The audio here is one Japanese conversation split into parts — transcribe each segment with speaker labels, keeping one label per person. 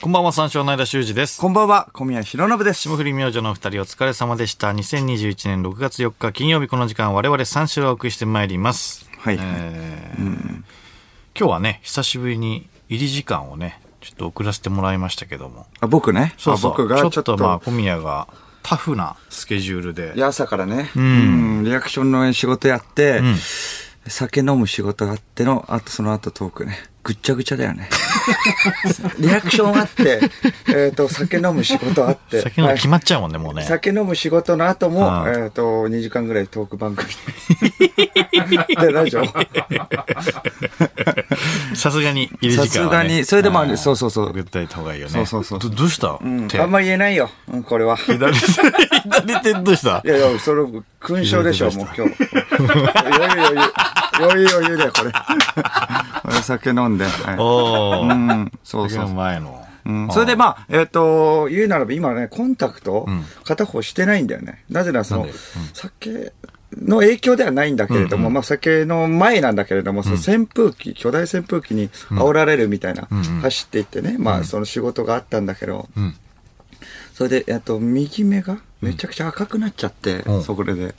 Speaker 1: こんばんは、三照の間修二です。
Speaker 2: こんばんは、小宮弘信です。
Speaker 1: 霜降り明星のお二人お疲れ様でした。2021年6月4日金曜日この時間我々三四郎をお送りしてまいります。
Speaker 2: はい
Speaker 1: えー今日はね、久しぶりに入り時間をね、ちょっと遅らせてもらいましたけども。
Speaker 2: あ僕ね。
Speaker 1: そうそう
Speaker 2: あ僕がちょっと、
Speaker 1: ちょっとまあ小宮がタフなスケジュールで。
Speaker 2: いや朝からね、うん、リアクションの仕事やって、酒飲む仕事があっての、あとその後トークね。ぐっちゃぐちゃだよね。 リアクションあ って、えっ、と、酒飲む仕事あって。
Speaker 1: 先の決まっちゃうもんね、もう
Speaker 2: はい
Speaker 1: ね。
Speaker 2: 酒飲む仕事の後も
Speaker 1: あ、あ
Speaker 2: えっ、と、2時間ぐらいトーク 番組。で、ラジオ。
Speaker 1: さすがに入り時間は、ね。
Speaker 2: さすがにそれでもあるそうそうそう
Speaker 1: 送っていた方がいいよね。
Speaker 2: そうそうそう
Speaker 1: どどうした、
Speaker 2: うん
Speaker 1: 手
Speaker 2: あんまり言えないよ、うん、これは。い
Speaker 1: 左手、左手どうした
Speaker 2: やいや、それ、勲章でしょ、もう今日。余裕余裕。余裕余裕だよ、これ。 お酒飲んで。は い
Speaker 1: おお。
Speaker 2: うん、そう
Speaker 1: そ
Speaker 2: そうう。
Speaker 1: 前の。
Speaker 2: うんそれでまあ、えっ、と、言うならば今ね、コンタクト、片方してないんだよね。なぜならその、
Speaker 1: なんでうん
Speaker 2: 酒の影響ではないんだけれども、まあ酒の前なんだけれども、その扇風機、巨大扇風機に煽られるみたいな、走っていってね、まあその仕事があったんだけど、
Speaker 1: ん
Speaker 2: それで、えっと、右目がめちゃくちゃ赤くなっちゃって、
Speaker 1: ん
Speaker 2: そこで、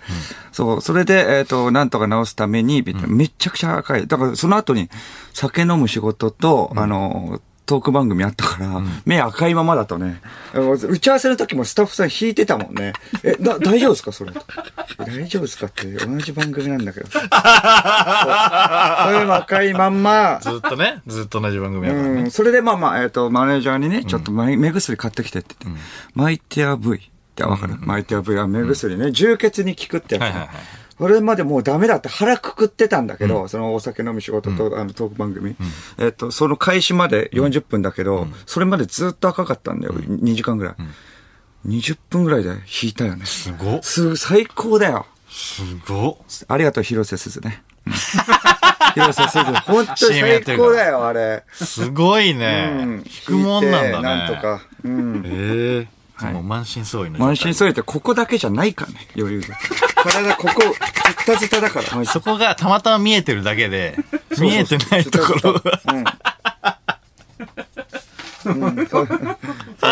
Speaker 2: そう、それで、えっ、と、なんとか治すために、めちゃくちゃ赤い。だから、その後に、酒飲む仕事と、あの、トーク番組あったから、目赤いままだとね、あの打ち合わせの時もスタッフさん引いてたもんね。え、だ、大丈夫ですかそれ。 大丈夫ですかって、同じ番組なんだ けど。そうそれも赤いまんま、
Speaker 1: ずっとね、ずっと同じ番組やから
Speaker 2: う
Speaker 1: ね。
Speaker 2: ん、それでまあまあ、えっ、と、マネージャーにね、ちょっと目,、目薬買ってきてって言って、マイティア V ってわかる、マイティア V は目薬ね、充血に効くってやつ、
Speaker 1: は
Speaker 2: ね
Speaker 1: いはいはい
Speaker 2: それまでもうダメだって腹くくってたんだけど、そのお酒飲む仕事と、あのトーク番組、えっ、と、その開始まで40分だけど、それまでずっと赤かったんだよ、2時間ぐらい。20分ぐらいで引いたよね。す
Speaker 1: ごっ
Speaker 2: す、最高だよ。
Speaker 1: すごっ。
Speaker 2: ありがとう、広瀬すずね。 広瀬すず、本当に
Speaker 1: CM やっ
Speaker 2: 最
Speaker 1: てるから
Speaker 2: 高だよ、あれ。
Speaker 1: すごい
Speaker 2: うん
Speaker 1: ね。引くもんなんだね。
Speaker 2: なんとか。うん。
Speaker 1: ええ。もう満身創痍の。
Speaker 2: 満身創痍ってここだけじゃないからね、余裕が。体ここ、ズタズタだ から。
Speaker 1: そこがたまたま見えてるだけで、見えてないところが。
Speaker 2: うん。うんそ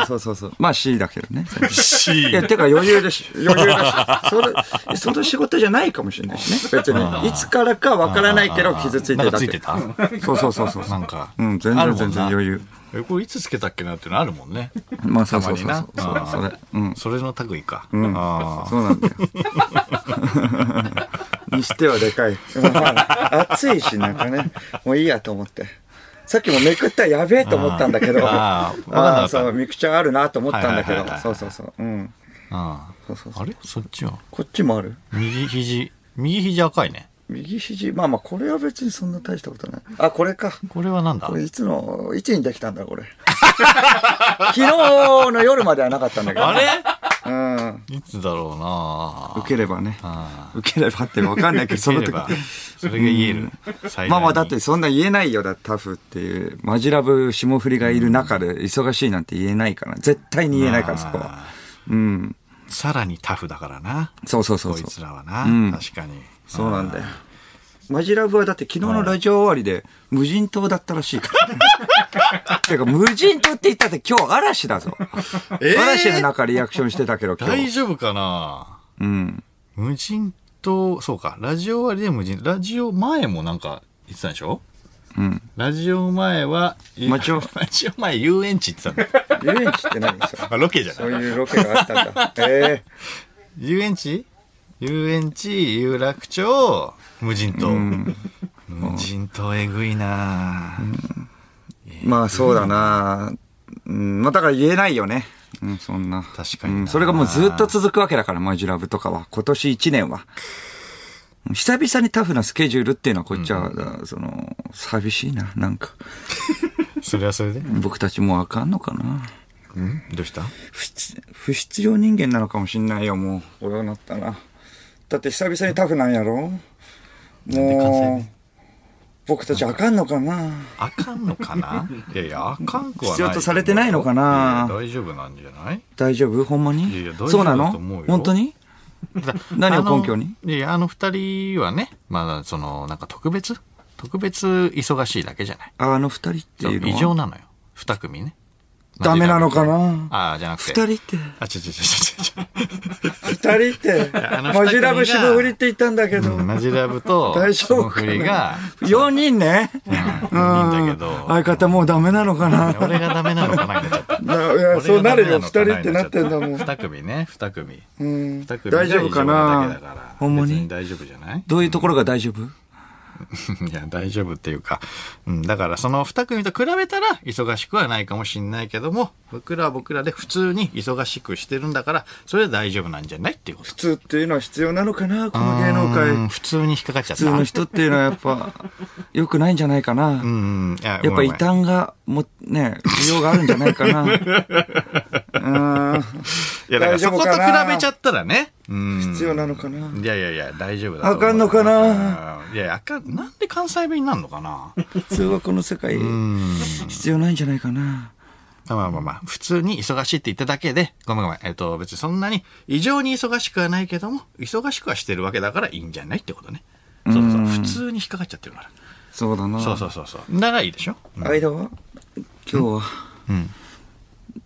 Speaker 2: うそうそうそう。まあ C だけどね。
Speaker 1: し
Speaker 2: いや、てか余裕でし、余裕だし。それ、その仕事じゃないかもしれないしね。別に。いつからかわからないけど傷つい
Speaker 1: な
Speaker 2: て
Speaker 1: ん
Speaker 2: る
Speaker 1: か
Speaker 2: だ
Speaker 1: つ
Speaker 2: け。
Speaker 1: いてた
Speaker 2: そうそうそうそう。
Speaker 1: なんか。
Speaker 2: うん、全
Speaker 1: ある
Speaker 2: 然
Speaker 1: もんな
Speaker 2: 全然余裕。。
Speaker 1: え、これいつつけたっけなっていうのあるもんね。
Speaker 2: まあそ
Speaker 1: た
Speaker 2: う
Speaker 1: ま
Speaker 2: そう
Speaker 1: に
Speaker 2: そうそ
Speaker 1: な
Speaker 2: う。。そうそれ。うん。
Speaker 1: それの類か。
Speaker 2: ん
Speaker 1: あ
Speaker 2: そうなんだよ。にしてはでかい。まあ暑いし、なんかね、もういいやと思って。さっきもめくったらやべえと思ったんだけど、
Speaker 1: あーあーわかんなかっ
Speaker 2: あー、
Speaker 1: た
Speaker 2: そう、ミクチャあるなと思ったんだけ
Speaker 1: はいはいはいは
Speaker 2: ど、
Speaker 1: い
Speaker 2: そうそうそう。うん。
Speaker 1: あ。
Speaker 2: そうそうそう
Speaker 1: あれそっちは
Speaker 2: こっちもある
Speaker 1: 右肘。右肘赤いね。
Speaker 2: 右肘、まあまあ、これは別にそんな大したことない。あ、これか。
Speaker 1: これはなんだ
Speaker 2: これいつの、いつにできたんだ、 これ。昨日の夜まではなかったんだけど。
Speaker 1: あれ
Speaker 2: うん。
Speaker 1: いつだろうな
Speaker 2: 受ければね。
Speaker 1: あ
Speaker 2: 受ければってわかんないけど、その
Speaker 1: 受け
Speaker 2: 時
Speaker 1: れば。それが言える。最大に
Speaker 2: まあまあ、だって。そんな言えないよ、だタフっていう。マジラブ、霜降りがいる中で忙しいなんて言えないから。絶対に言えないから、そこは。うん。
Speaker 1: さらにタフだからな。
Speaker 2: そうそうそう
Speaker 1: こい
Speaker 2: そう。
Speaker 1: つらはな。
Speaker 2: うん
Speaker 1: 確かに。
Speaker 2: そうなんだよ。マジラブはだって昨日のラジオ終わりで無人島だったらしい から。てか無人島って言ったって今日嵐だぞ。
Speaker 1: えー
Speaker 2: 嵐の中リアクションしてたけど今
Speaker 1: 大
Speaker 2: 日。
Speaker 1: 丈夫かな
Speaker 2: うん。
Speaker 1: 無人島、そうか。ラジオ終わりで無人、ラジオ前もなんか言ってたでしょ
Speaker 2: うん。
Speaker 1: ラジオ前は、
Speaker 2: マジオ
Speaker 1: ラジオ前遊園地って言って たんだ。
Speaker 2: 遊園地って何ですか
Speaker 1: あロケじゃ
Speaker 2: そ
Speaker 1: な
Speaker 2: う
Speaker 1: い
Speaker 2: いうロケがあった んだ。ええ
Speaker 1: 遊園地遊園地、有楽町、無人島。 無人島えぐいな
Speaker 2: まあそうだな、うん、まあだから言えないよね。うん、そんな。
Speaker 1: 確かにな
Speaker 2: うんそれがもうずっと続くわけだから、マジラブとかは。今年1年は。久々にタフなスケジュールっていうのはこっちは、その、寂しいな、なんか。
Speaker 1: それはそれで。ん
Speaker 2: 僕たちもうあかんのかな。
Speaker 1: どうした
Speaker 2: 不必不必要人間なのかもしんないよ、もう。俺はなったな。だって久々にタフなんやろ
Speaker 1: 関
Speaker 2: もう、僕たちあかんのかな。
Speaker 1: あかんのかないやいや、あかんくはない。
Speaker 2: 必要とされてないのかない
Speaker 1: やいや大丈夫なんじゃない
Speaker 2: 大丈夫ほんまに
Speaker 1: いやいや大丈夫
Speaker 2: そうなの
Speaker 1: だと思うよ
Speaker 2: 本当に 何を根拠に
Speaker 1: あのいや、あの二人はね、まあ、その、なんか特別特別忙しいだけじゃない。
Speaker 2: ああの二人っていうのは
Speaker 1: 異常なのよ。二組ね。
Speaker 2: ダメなのかな
Speaker 1: ああ、じゃなくて。
Speaker 2: 二人って。
Speaker 1: あ、ちょちょちょちょちょ。
Speaker 2: 二人って
Speaker 1: あの二組が
Speaker 2: マジラブ霜降りって言ったんだけど。
Speaker 1: マジラブと、
Speaker 2: 大丈夫か
Speaker 1: 振りが、
Speaker 2: 4人ね。う
Speaker 1: いいんだ
Speaker 2: ん
Speaker 1: けど
Speaker 2: 相方もうダメなのかな。
Speaker 1: 俺がダメなの かなになっちゃった。
Speaker 2: ないや、そうなるよ。二人ってなってんだもん。
Speaker 1: 二組ね、二組。
Speaker 2: うん
Speaker 1: 二組
Speaker 2: 大丈夫か
Speaker 1: が異常だけだから
Speaker 2: なほんま
Speaker 1: 別
Speaker 2: に
Speaker 1: に。大丈夫じゃない
Speaker 2: どういうところが大丈夫
Speaker 1: いや、大丈夫っていうか。うん、だからその二組と比べたら忙しくはないかもしんないけども、僕らは僕らで普通に忙しくしてるんだから、それは大丈夫なんじゃないっていうこと
Speaker 2: 普。通っていうのは必要なのかなこの芸能界。
Speaker 1: うん普通に引っかかっちゃっ
Speaker 2: 普
Speaker 1: た。
Speaker 2: 通の人っていうのはやっぱ、良くないんじゃないかな。
Speaker 1: うん、いや
Speaker 2: やっぱ異
Speaker 1: いた
Speaker 2: 端が、も、ね、需要があるんじゃな いかな。う
Speaker 1: い
Speaker 2: ん。
Speaker 1: や、だから
Speaker 2: 大丈
Speaker 1: そ
Speaker 2: 夫
Speaker 1: こと
Speaker 2: かな
Speaker 1: 比べちゃったらね。うん。
Speaker 2: 必要なのかない
Speaker 1: やいやいや、大丈夫だと思う
Speaker 2: あかんのかな
Speaker 1: うんいや、あかん、なんで関西弁になるのかな
Speaker 2: 普通はこの世界、
Speaker 1: うん。
Speaker 2: 必要ないんじゃないかな。
Speaker 1: まあまあまあ、普通に忙しいって言っただけで、ごめんごめん。えっ、と、別にそんなに異常に忙しくはないけども、忙しくはしてるわけだからいいんじゃないってことね。そうそうそう。普通に引っかかっちゃってるから。
Speaker 2: そうだな。
Speaker 1: そうそうそうそう。ならいいでしょ、うん
Speaker 2: 間は今日は、
Speaker 1: うん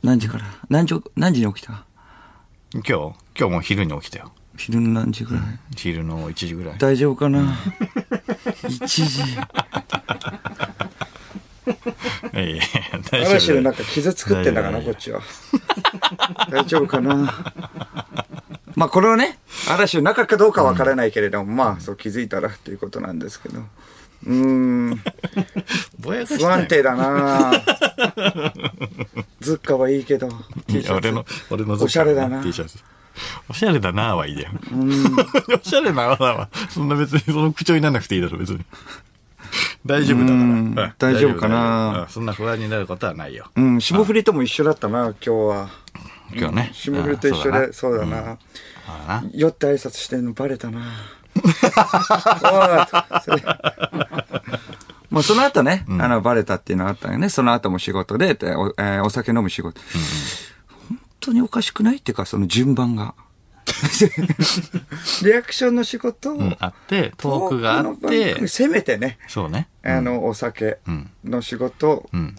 Speaker 2: 何時から何時、何時に起きた
Speaker 1: 今日今日もう昼に起きたよ。
Speaker 2: 昼の何時ぐらい、
Speaker 1: 昼の1時ぐらい。
Speaker 2: 大丈夫かな ?1 時。
Speaker 1: いやいやいや大丈夫
Speaker 2: 嵐の中傷作ってんだからな、
Speaker 1: 大丈夫
Speaker 2: こっちは。 大丈夫かなまあこれをね、嵐の中かどうかわからないけれども、まあそう気づいたらということなんですけど。うー ん、
Speaker 1: ぼやかして
Speaker 2: 不
Speaker 1: ない
Speaker 2: 安定だ なズッカはいいけど、T シャツ
Speaker 1: 俺の、俺の
Speaker 2: おしゃれだな
Speaker 1: T シャツ。おしゃれだなぁはいいだよ。おしゃれなぁは、そんな別にその口調にならなくていいだろ、別に。大丈夫だから
Speaker 2: うん
Speaker 1: うん。
Speaker 2: 大丈夫かな
Speaker 1: 大丈夫うんそんな不安になることはないよ。
Speaker 2: うん、霜降りとも一緒だったな、今日は。
Speaker 1: 今日ね。
Speaker 2: 霜降りと一緒で、そうだな。
Speaker 1: そうだな。
Speaker 2: 酔って挨拶してんのバレたな おいそれ もうその後ね、あの、バレたっていうのはあったよね。その後も仕事で、でお,、えーお酒飲む仕事、本当におかしくないっていうか、その順番が。 リアクションの仕事、
Speaker 1: うん、あって、トークがあっ
Speaker 2: トークの番
Speaker 1: て
Speaker 2: 組、せめてね、
Speaker 1: そうね。
Speaker 2: あの、お酒の仕事
Speaker 1: うん。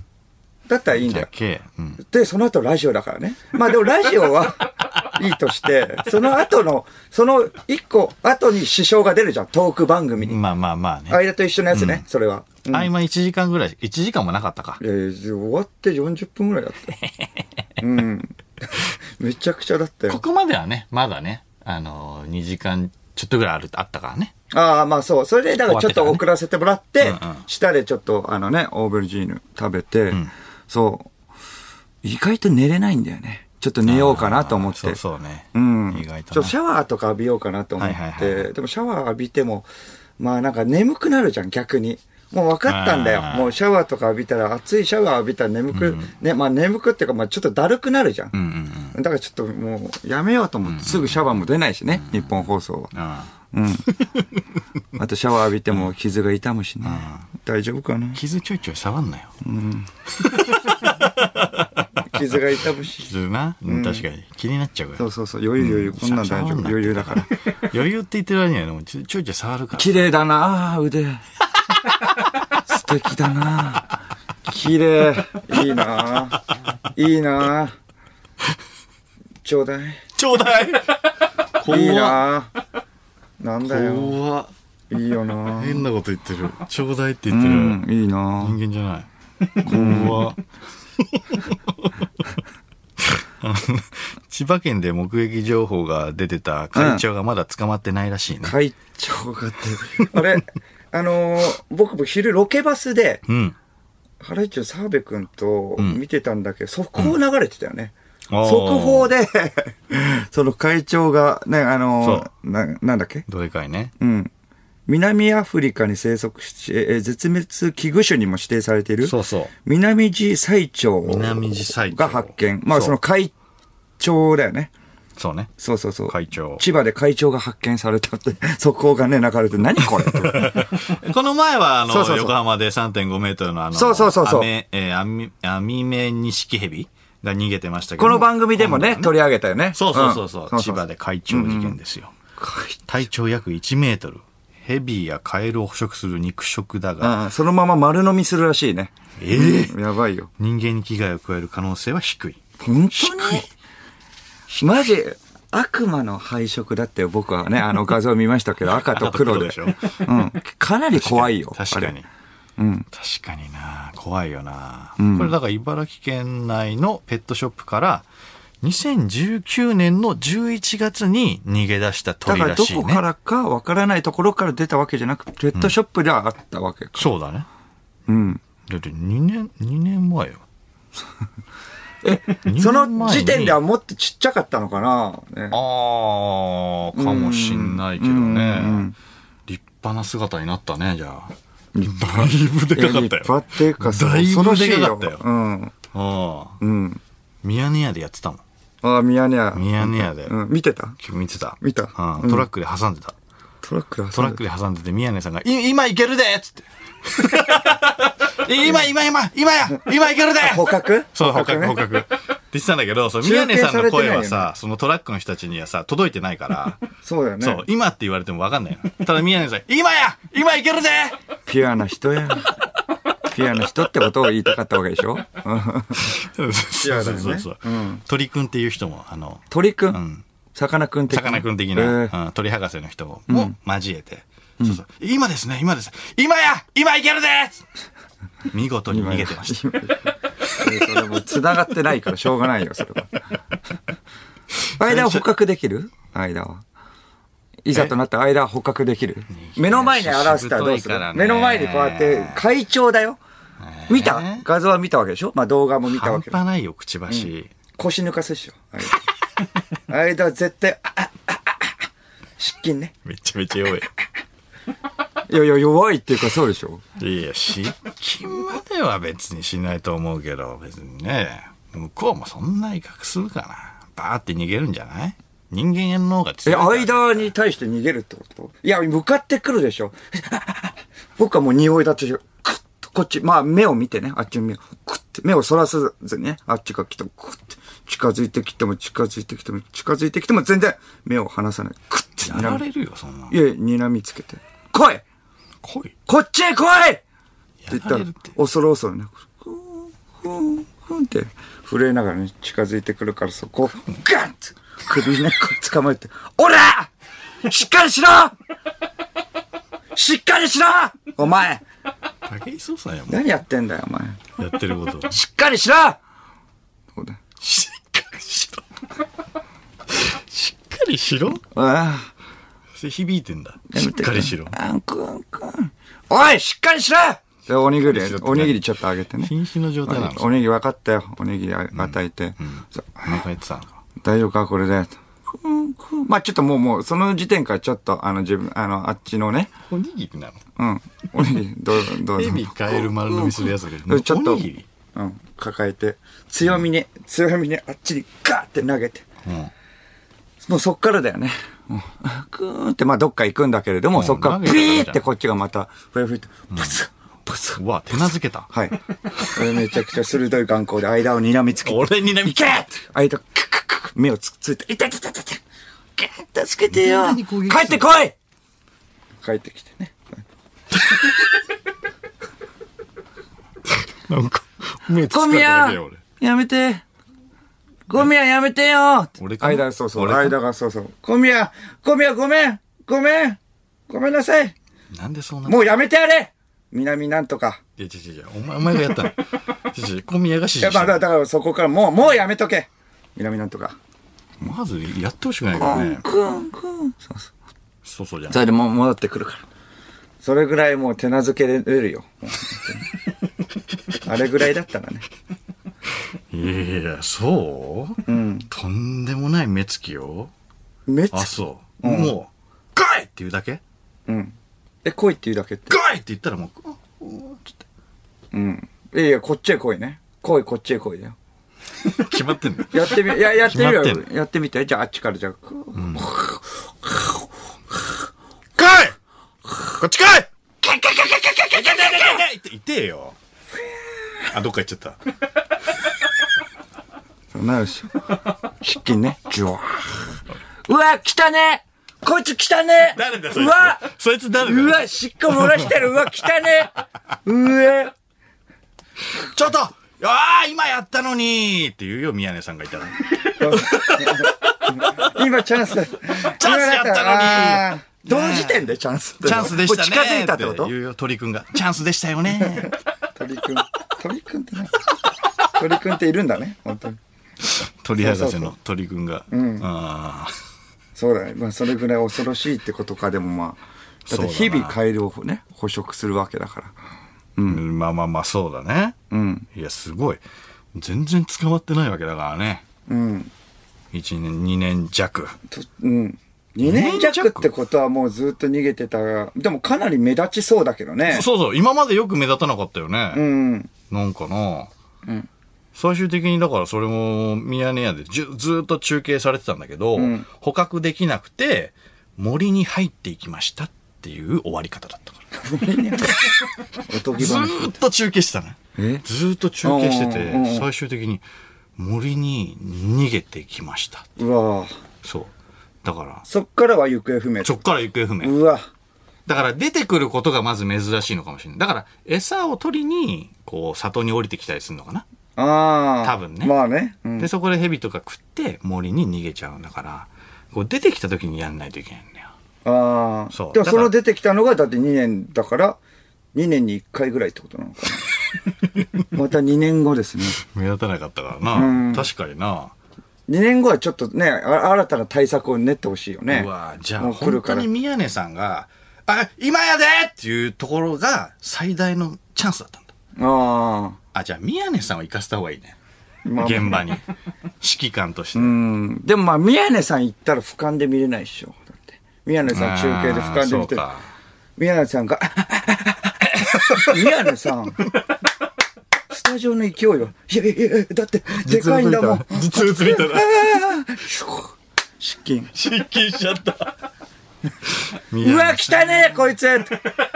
Speaker 2: だったらいいんだ
Speaker 1: だ
Speaker 2: よ。
Speaker 1: け、うん。
Speaker 2: で、その後ラジオだからね。まあでもラジ オはいいとして、その後の、その一個後に支障が出るじゃん、トーク番組に。
Speaker 1: まあまあまあね。
Speaker 2: 間と一緒のやつね、それは。うん
Speaker 1: 合間1時間ぐらい、1時間もなかったか
Speaker 2: い。やいや終わって40分ぐらい だった。うん。 めちゃくちゃだった
Speaker 1: こ
Speaker 2: よ。
Speaker 1: こまではね、まだね、あのー、2時間ちょっとぐらいある、あったからね。
Speaker 2: ああ、まあそう。それで、だからちょっと送らせてもらって、
Speaker 1: 終わってからねうんうん
Speaker 2: 下でちょっと、あのね、オーベルジーヌ食べて、そう。意外と寝れないんだよね。ちょっと寝ようかなと思って。
Speaker 1: そうそうね。
Speaker 2: うん。
Speaker 1: 意外
Speaker 2: ち
Speaker 1: と
Speaker 2: ょ
Speaker 1: な
Speaker 2: っとシャワーとか浴びようかなと思って、
Speaker 1: はいはいは
Speaker 2: でもシャワー浴びても、まあなんか眠くなるじゃん、逆に。もう分かったんだよ
Speaker 1: あ。ー
Speaker 2: もうシャワーとか浴びたら、熱いシャワー浴びたら眠く、ね、まあ眠くっていうか、まあちょっとだるくなるじゃん。
Speaker 1: うんうんうん。
Speaker 2: だからちょっともうやめようと思って、すぐシャワーも出ないしね、日本放送は。
Speaker 1: あ
Speaker 2: うん。 あとシャワー浴びても傷が痛むしね。大丈夫かな
Speaker 1: あ傷ちょいちょい触んなよ。
Speaker 2: 傷が痛むし。
Speaker 1: 傷な。うん、確かに。気になっちゃうか
Speaker 2: そ
Speaker 1: ら
Speaker 2: う。そうそう、余裕余裕、こんなん大
Speaker 1: 触
Speaker 2: 丈
Speaker 1: ん
Speaker 2: 夫。
Speaker 1: な
Speaker 2: 余裕だから。
Speaker 1: 余裕って言ってる割にはね、もうちょちょいちょい触るから。
Speaker 2: 綺麗だなあ 腕素敵だなあ綺麗いいなあいいなあちょうだ い
Speaker 1: ちょうだい怖
Speaker 2: いい
Speaker 1: っ
Speaker 2: なあなんだよ
Speaker 1: 怖っ
Speaker 2: いいよなあ
Speaker 1: 変なこと言ってる。ちょうだいって
Speaker 2: う
Speaker 1: 言ってる。
Speaker 2: んいいなあ
Speaker 1: 人間じゃない。怖っ あの千葉県で目撃情報が出てた会長がまだ捕まってないらしいね。
Speaker 2: 会長がってあれあのー僕も昼ロケバスで
Speaker 1: うん。
Speaker 2: ハライチの澤部君と
Speaker 1: ん
Speaker 2: 見てたんだけど、速報流れてたよね。
Speaker 1: あー
Speaker 2: 速報で、 その会長が、ね、あのーな、なんだっけ
Speaker 1: どでかいね。
Speaker 2: うん。南アフリカに生息し、えー絶滅危惧種にも指定されている、
Speaker 1: そうそう。
Speaker 2: 南地最長
Speaker 1: 南地最澄
Speaker 2: が発見。まあ、
Speaker 1: そう
Speaker 2: その会長だよね。
Speaker 1: そうね。
Speaker 2: そうそうそう。
Speaker 1: 会長
Speaker 2: 千葉で会長が発見されたって、 速報がね、流れて、何 これ
Speaker 1: この前は、あの、
Speaker 2: そうそうそう
Speaker 1: 横浜で3.5メートルのあの、
Speaker 2: そうそうそうそう
Speaker 1: アメ、えー、アミ、アミメニシキヘビが逃げてましたけど。
Speaker 2: この番組でもね、
Speaker 1: 今度は
Speaker 2: 取り上げたよね。
Speaker 1: そうそうそうそう、
Speaker 2: ん
Speaker 1: 千葉で会長事件ですよ。体長約1メートル。ヘビやカエルを捕食する肉食だが、
Speaker 2: ああそのまま丸飲みするらしいね。
Speaker 1: ええ
Speaker 2: やばいよ。
Speaker 1: 人間に危害を加える可能性は低い。
Speaker 2: 本当にマジ悪魔の配色だって僕 はね、あの画像見ましたけど、赤と黒で。
Speaker 1: 赤と
Speaker 2: う
Speaker 1: 黒で
Speaker 2: ん。かなり怖いよ。
Speaker 1: 確かに
Speaker 2: あれ。。うん。
Speaker 1: 確かにな怖いよな、これだから茨城県内のペットショップから2019年の11月に逃げ出した
Speaker 2: だ
Speaker 1: 鳥
Speaker 2: から
Speaker 1: ら
Speaker 2: ど
Speaker 1: しいね
Speaker 2: こからかわからないところから出たわけじゃなく、ペットショップではあったわけか。
Speaker 1: そうだね
Speaker 2: うん。
Speaker 1: だって2年2年前よ
Speaker 2: え
Speaker 1: 前に、
Speaker 2: その時点ではもっとちっちゃかったのかな、ね
Speaker 1: あーかもしんないけど
Speaker 2: うん
Speaker 1: ね、
Speaker 2: うん
Speaker 1: 立派な姿になったねじゃあだいぶでかかった
Speaker 2: え立派
Speaker 1: よ
Speaker 2: っていうか、
Speaker 1: だいぶ
Speaker 2: 恐ろしい
Speaker 1: でかか
Speaker 2: よ
Speaker 1: ったよ。
Speaker 2: うん。
Speaker 1: ああ
Speaker 2: うん。
Speaker 1: ミヤネ屋でやってたもん
Speaker 2: ああ、ミヤネ屋。
Speaker 1: ミヤネ屋で
Speaker 2: うん、見てた
Speaker 1: 今日見てた
Speaker 2: 見た
Speaker 1: うん、トラックで挟んでた、
Speaker 2: トラックで
Speaker 1: トラックで挟んでて、宮根さんが、い今行けるでっつって。い今、今、今、今や今行けるで
Speaker 2: 捕獲
Speaker 1: そう、捕獲、
Speaker 2: ね
Speaker 1: 捕獲。って言ってたんだけど、そう
Speaker 2: 中継
Speaker 1: 宮根さんの声は
Speaker 2: されてないよ
Speaker 1: さ、そのトラックの人たちにはさ、届いてないから、
Speaker 2: そうだよね。
Speaker 1: そう、今って言われても分かんないのただ宮根さん、今や今行けるで
Speaker 2: ピュアな人 や。ピュアな人ってことを言いたかったわけでしょうん
Speaker 1: そうそう
Speaker 2: だよね
Speaker 1: そうそう
Speaker 2: うん。
Speaker 1: 鳥くんっていう人も、あの、
Speaker 2: 鳥く、
Speaker 1: うんん、
Speaker 2: さかなクン的な。
Speaker 1: さかなクン的
Speaker 2: え
Speaker 1: な、
Speaker 2: ー
Speaker 1: うん、鳥博士の人もも交えて、そうそう今ですね、今です。今や今行けるで 見事に逃げてました。
Speaker 2: え それもう繋がってないからしょうがないよ、それ は。間は捕獲できる間は。いざとなった間は捕獲できる目の前に表したらどう
Speaker 1: し
Speaker 2: す
Speaker 1: ぶと
Speaker 2: る
Speaker 1: いからね
Speaker 2: 目の前にこうやって、会長だよ。見た画像は見たわけでしょまあ動画も見たわ
Speaker 1: 半
Speaker 2: けだ。
Speaker 1: 端ないよ、くちばし。
Speaker 2: 腰抜かすでしょ。間間は絶対、ああ、ああ、あ失禁ね。
Speaker 1: めちゃめちゃ弱い。
Speaker 2: いやいや、弱いっていうかそうで しょ
Speaker 1: いや、失禁までは別にしないと思うけど、別にね、向こうもそんな威嚇するかな。バーって逃げるんじゃない人間の方が
Speaker 2: え、
Speaker 1: 強いから。
Speaker 2: 間に対して逃げるってこといや、向かってくるでしょ。 僕はもう匂いだってし、クッとこっち、まあ目を見てね、あっちの目を、クッて、目をそらさずにね、あっちが来ても、クッて、近づいてきても、近づいてきても、近づいてきても、全然目を離さない。クッて、
Speaker 1: やられるよ、そんなの
Speaker 2: い。やいや、睨みつけて、来い
Speaker 1: 来い。
Speaker 2: こっちへ来いって言った
Speaker 1: やられ
Speaker 2: ら
Speaker 1: るって、
Speaker 2: 恐る恐るね、ふん、ふん、ふんって、震えながらね、近づいてくるから、そこを、ガンって、首ね、こう捕まえて、おらしっかりしろしっかりしろお前
Speaker 1: 武井壮さんやもん。
Speaker 2: 何やってんだよ、お前。
Speaker 1: やってること。
Speaker 2: しっかりしろそうだ。
Speaker 1: しっかりしろ。しっかりしろ
Speaker 2: あ
Speaker 1: それ響いてんだ。
Speaker 2: あ、や
Speaker 1: し
Speaker 2: め
Speaker 1: ってかりしろ。
Speaker 2: あんくんくん。おいしっかりしろで、おにぎり、おにぎりちょっとあげてね。
Speaker 1: 瀕死の状態なの
Speaker 2: おにぎり分かったよ。おにぎりあ与えて。そう
Speaker 1: なんかやってたのか。
Speaker 2: 大丈夫かこれで。まあちょっともうもう、その時点からちょっと、あの自分、あの、あっちのね、
Speaker 1: おにぎりなの
Speaker 2: うん、おにぎり、どうぞ、どうぞ
Speaker 1: エ。ビカエル丸飲みするやつだけ
Speaker 2: うんち
Speaker 1: ど、
Speaker 2: ょ
Speaker 1: お
Speaker 2: っと
Speaker 1: にぎり、
Speaker 2: うん、抱えて、強みに、強みにあっちにガーって投げて、
Speaker 1: うん
Speaker 2: もうそっからだよね。うんグーンって、まあどっか行くんだけれども、
Speaker 1: うん
Speaker 2: そっから
Speaker 1: 投げ
Speaker 2: ピ
Speaker 1: たら
Speaker 2: ー
Speaker 1: じ
Speaker 2: っ
Speaker 1: ゃ
Speaker 2: て
Speaker 1: ん
Speaker 2: こっちがまた、ふやふやって、プツッ、プツッ。
Speaker 1: うわ、手なずけ た。
Speaker 2: はい。俺めちゃくちゃ鋭い眼光で間を睨みつけて。
Speaker 1: 俺に睨み
Speaker 2: いけって間、クックックック目をつついて、いたいたいたいたいた助けてよ
Speaker 1: みんなに攻撃する
Speaker 2: 帰ってこい帰ってきてね。
Speaker 1: なんか、目つ
Speaker 2: ゴ
Speaker 1: かれ
Speaker 2: ミ
Speaker 1: ただ
Speaker 2: や
Speaker 1: けよ、俺。
Speaker 2: やめてゴミややめてよ
Speaker 1: 俺かな
Speaker 2: 間、そうそう、
Speaker 1: 俺か
Speaker 2: 間がそうそう。ゴミやゴミやごめんごめんごめんなさい
Speaker 1: なんでそんな。
Speaker 2: もうやめてやれ南なんとか。
Speaker 1: いや、違う違う違うお前、お前がや ったの。違う違う小宮が指
Speaker 2: い
Speaker 1: 示
Speaker 2: や、
Speaker 1: した
Speaker 2: まあだだからそこからもう、もうやめとけ南なんとか。
Speaker 1: の。まず、やってほしくないけどね。
Speaker 2: くんくん。そうそう。
Speaker 1: そうそうじゃん
Speaker 2: そ。れでもう戻ってくるから。それぐらいもう手なずけれ るよ。あれぐらいだったらね。
Speaker 1: いや、そう
Speaker 2: うん。
Speaker 1: とんでもない目つきよ。
Speaker 2: めっちゃ
Speaker 1: あ、。そう。もう、来いって言うだけ
Speaker 2: うん。え、来いって言うだけって。
Speaker 1: 来いって言ったらもう、あおーつって
Speaker 2: うん。いやいや、こっちへ来いね。来い、こっちへ来いだよ。
Speaker 1: 決まってんの。
Speaker 2: やってみ、いや、やってみよ
Speaker 1: 決まって
Speaker 2: う。やってみて。じゃあ、あっちからじゃあ、
Speaker 1: 来いこっち来い来い来い来い来い来い来い来い来い来いって言ってよ。あ、どっか行っちゃった。
Speaker 2: そうなるでしょ。湿気ね。ジュワーうわ、来たね来こいつ汚ね
Speaker 1: 誰だそいうつ
Speaker 2: わ
Speaker 1: そいつ誰だ
Speaker 2: うわしっこ漏らしてるうわ汚ねうえ
Speaker 1: ちょっとああ今やったのにっていうよ、宮根さんがいたら。
Speaker 2: 今チャンスだ。
Speaker 1: ャ
Speaker 2: チ
Speaker 1: ンスやったのに
Speaker 2: にどの時点でチャンス
Speaker 1: チャンスでしたね。
Speaker 2: もう近づいたってこと
Speaker 1: 言うよ、鳥くんが。チャンスでしたよね。
Speaker 2: 鳥くん。鳥くんってね。鳥くんっているんだね、本当に。
Speaker 1: 鳥博士の鳥くんが。ああ
Speaker 2: そうだね。まあ、それぐらい恐ろしいってことか、でもまあ。だって日々カエルをね、捕食するわけだから。
Speaker 1: うんまあまあまあ、そうだね。
Speaker 2: うん。
Speaker 1: いや、すごい。全然捕まってないわけだからね。
Speaker 2: うん。
Speaker 1: 1年、2年弱。
Speaker 2: とうん。2年弱ってことはもうずっと逃げてたが、でもかなり目立ちそうだけどね。
Speaker 1: そうそう、今までよく目立たなかったよね。
Speaker 2: うん。
Speaker 1: なんかな、最終的にだからそれもミヤネ屋でじゅずーっと中継されてたんだけど、捕獲できなくて森に入っていきましたっていう終わり方だったから。
Speaker 2: おとぎ
Speaker 1: ず
Speaker 2: 話。
Speaker 1: ーっと中継してたね。
Speaker 2: え
Speaker 1: ずーっと中継して
Speaker 2: うんうんうんう
Speaker 1: て、
Speaker 2: ん
Speaker 1: 最終的に森に逃げてきました。
Speaker 2: うわぁ
Speaker 1: そう。だから、
Speaker 2: そっからは行方不明
Speaker 1: そ。っから行方不明。
Speaker 2: うわ
Speaker 1: だから出てくることがまず珍しいのかもしれない。だから餌を取りに、こう、里に降りてきたりするのかな。
Speaker 2: ああ。
Speaker 1: 多分ね
Speaker 2: まあね。うん
Speaker 1: で、そこで蛇とか食って森に逃げちゃうんだから、こう出てきた時にやんないといけないんだよ。
Speaker 2: ああ。
Speaker 1: そう
Speaker 2: で
Speaker 1: だ
Speaker 2: も
Speaker 1: か
Speaker 2: そ
Speaker 1: ら
Speaker 2: の出てきたのが、だって2年だから、2年に1回ぐらいってことなのか な。また2年後ですね。
Speaker 1: 目立たなかったからな。
Speaker 2: うん
Speaker 1: 確かにな。
Speaker 2: 2年後はちょっとね、あ新たな対策を練ってほしいよね。
Speaker 1: うわじゃ
Speaker 2: も
Speaker 1: あ
Speaker 2: う来る
Speaker 1: 本
Speaker 2: か
Speaker 1: 当
Speaker 2: ら
Speaker 1: に。宮根さんが、あ、今やでっていうところが最大のチャンスだったんだ。
Speaker 2: あ
Speaker 1: あ、じゃあ宮根さんを生かした方がいいね。
Speaker 2: あ。まあ
Speaker 1: 現場に。指揮官として。
Speaker 2: うん。でもまあ、宮根さん行ったら俯瞰で見れないでしょ。だって。宮根さん中継で俯瞰で見てる
Speaker 1: あーそうか。
Speaker 2: 宮根さんが、宮根さん。スタジオの勢いよ。いやいやいや、だって、でかいんだもん。
Speaker 1: 実物見たら。
Speaker 2: 失禁。
Speaker 1: 失禁しちゃった。
Speaker 2: うわ、汚ねえ、こいつ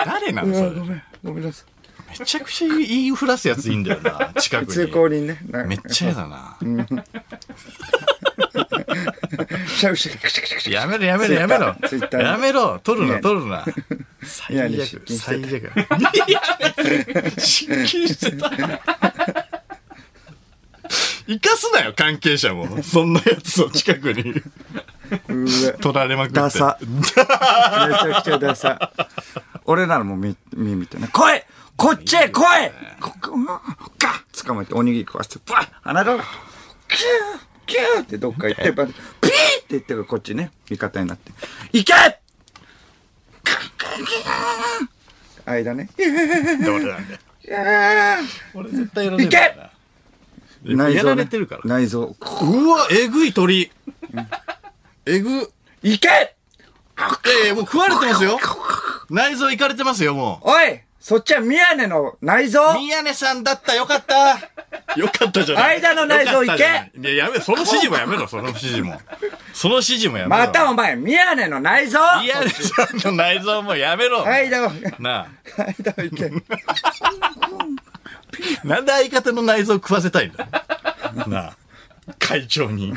Speaker 1: 誰なのそれ。
Speaker 2: ごめん、ごめんなさ
Speaker 1: めちゃくちゃ言いふらすやついいんだよな。近
Speaker 2: い。
Speaker 1: く
Speaker 2: 通
Speaker 1: に。
Speaker 2: 行人ね。
Speaker 1: めっちゃ嫌だな。
Speaker 2: シャウシャウ、クシャクシャクシャ
Speaker 1: やめろやめろやめろ
Speaker 2: ツイッター
Speaker 1: やめろ取るな
Speaker 2: ね
Speaker 1: 取るな最
Speaker 2: 宮根出
Speaker 1: 悪
Speaker 2: 勤して
Speaker 1: 最悪いや失禁してた生かすなよ関係者もそんなやつを近くに
Speaker 2: うわ。
Speaker 1: 取られまくって
Speaker 2: ダサ。 めちゃくちゃダサ。俺ならもうみ見みたいな。来いこっちへ来いここうわガッ捕まえておにぎり食わせて、バッ鼻だらキューキューってどっか行って、バッピーって言ってるこっちね、味方になって。行けガッガッギュー間ね。
Speaker 1: って俺なんだよ
Speaker 2: いやー
Speaker 1: 俺絶対やらねえからな
Speaker 2: 内臓、ね、
Speaker 1: やられてるから
Speaker 2: 内臓。
Speaker 1: うわえぐい鳥えぐ
Speaker 2: いけ
Speaker 1: ええもう食われてますよ内臓いかれてますよもう
Speaker 2: おいそっちは宮根の内臓
Speaker 1: 宮根さんだったよかった よかったじゃない
Speaker 2: 間の内臓
Speaker 1: よか
Speaker 2: 行け
Speaker 1: ったじゃないいややめろその指示もや めろその指示もその指示もやめろ
Speaker 2: またお前、宮根の内臓
Speaker 1: 宮根さんの内臓もやめろ
Speaker 2: 間を、
Speaker 1: な
Speaker 2: 間をいけ。
Speaker 1: あなんで相方の内臓食わせたいんだなあ会長 に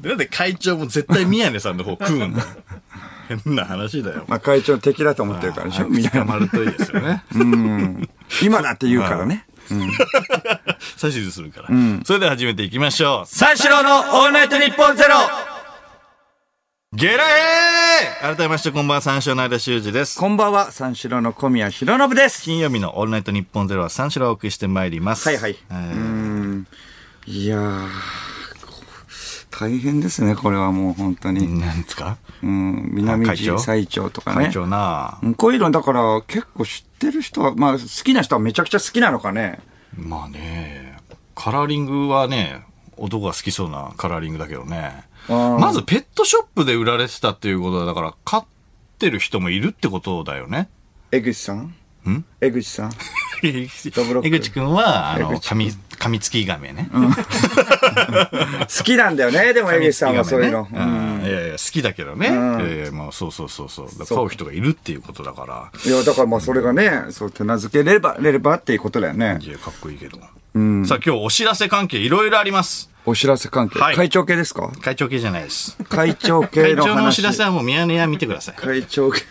Speaker 1: でなんで会長も絶対宮根さんの方食うんだよ変な話だよ
Speaker 2: まあ会長敵だと思ってるからでしょ宮
Speaker 1: 捕
Speaker 2: 根
Speaker 1: まるといいですよね
Speaker 2: 今だって言うからね。
Speaker 1: 指図するから、それでは始めていきましょう
Speaker 2: 三四郎のオールナイト日本ゼロ
Speaker 1: ゲラヘー改めましてこんばんは三四郎の間修二です
Speaker 2: こんばんは、三四郎の小宮浩信です。
Speaker 1: 金曜日の「オールナイトニッポンゼロは三四郎をお送りしてまいります。
Speaker 2: はいはい
Speaker 1: え
Speaker 2: う
Speaker 1: ー
Speaker 2: ん。いやー、大変ですね、これはもう本当に。
Speaker 1: なんですか
Speaker 2: うん、南
Speaker 1: 会長
Speaker 2: 地最長とかね。
Speaker 1: 会長な、
Speaker 2: うんこういうの、だから結構知ってる人は、まあ好きな人はめちゃくちゃ好きなのかね。
Speaker 1: まあね、カラーリングはね、男が好きそうなカラーリングだけどね。
Speaker 2: うん
Speaker 1: まずペットショップで売られてたっていうことは、だから飼ってる人もいるってことだよ ね。
Speaker 2: 江口さん
Speaker 1: ん
Speaker 2: 江口さん。
Speaker 1: 江
Speaker 2: ダブロック
Speaker 1: 口くんは、あ
Speaker 2: 江
Speaker 1: の、
Speaker 2: 口
Speaker 1: 髪、髪付き亀ね。
Speaker 2: 好きなんだよ ね、でも江口さんはそういうの。
Speaker 1: ねうんいやいや、好きだけどね。
Speaker 2: ん
Speaker 1: ええまあそうそうそうそう。だから飼う人がいるっていうことだから。
Speaker 2: いや、だからまあそれがね、そう手なずければ、れればっていうことだよね。
Speaker 1: いや、かっこいいけど。さあ、今日お知らせ関係いろいろあります。
Speaker 2: お知らせ関係。
Speaker 1: はい
Speaker 2: 会長系ですか
Speaker 1: 会長系じゃないです。
Speaker 2: 会長系
Speaker 1: 会
Speaker 2: の話。
Speaker 1: 長のお知らせはもうミヤネ屋見てください。
Speaker 2: 会長系。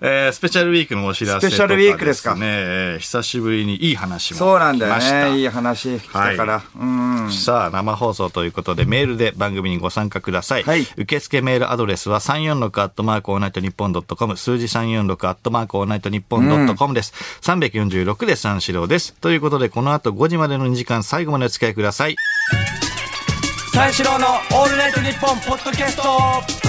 Speaker 1: えースペシャルウィークのお知らせとか、
Speaker 2: スペシャルウィークですか
Speaker 1: ね、えー久しぶりにいい話も
Speaker 2: そうなんだ
Speaker 1: 来ました
Speaker 2: よね。いい話聞いたから。うん。
Speaker 1: さあ、生放送ということで、メールで番組にご参加ください。
Speaker 2: はい
Speaker 1: 受付メールアドレスは346アットマークオールナイトニッポンドットコム、数字346アットマークオールナイトニッポンドットコムです。346で三四郎です。ということで、この後5時までの2時間、最後までお付き合いください。
Speaker 2: 三四郎のオールナイトニッポンポッドキャスト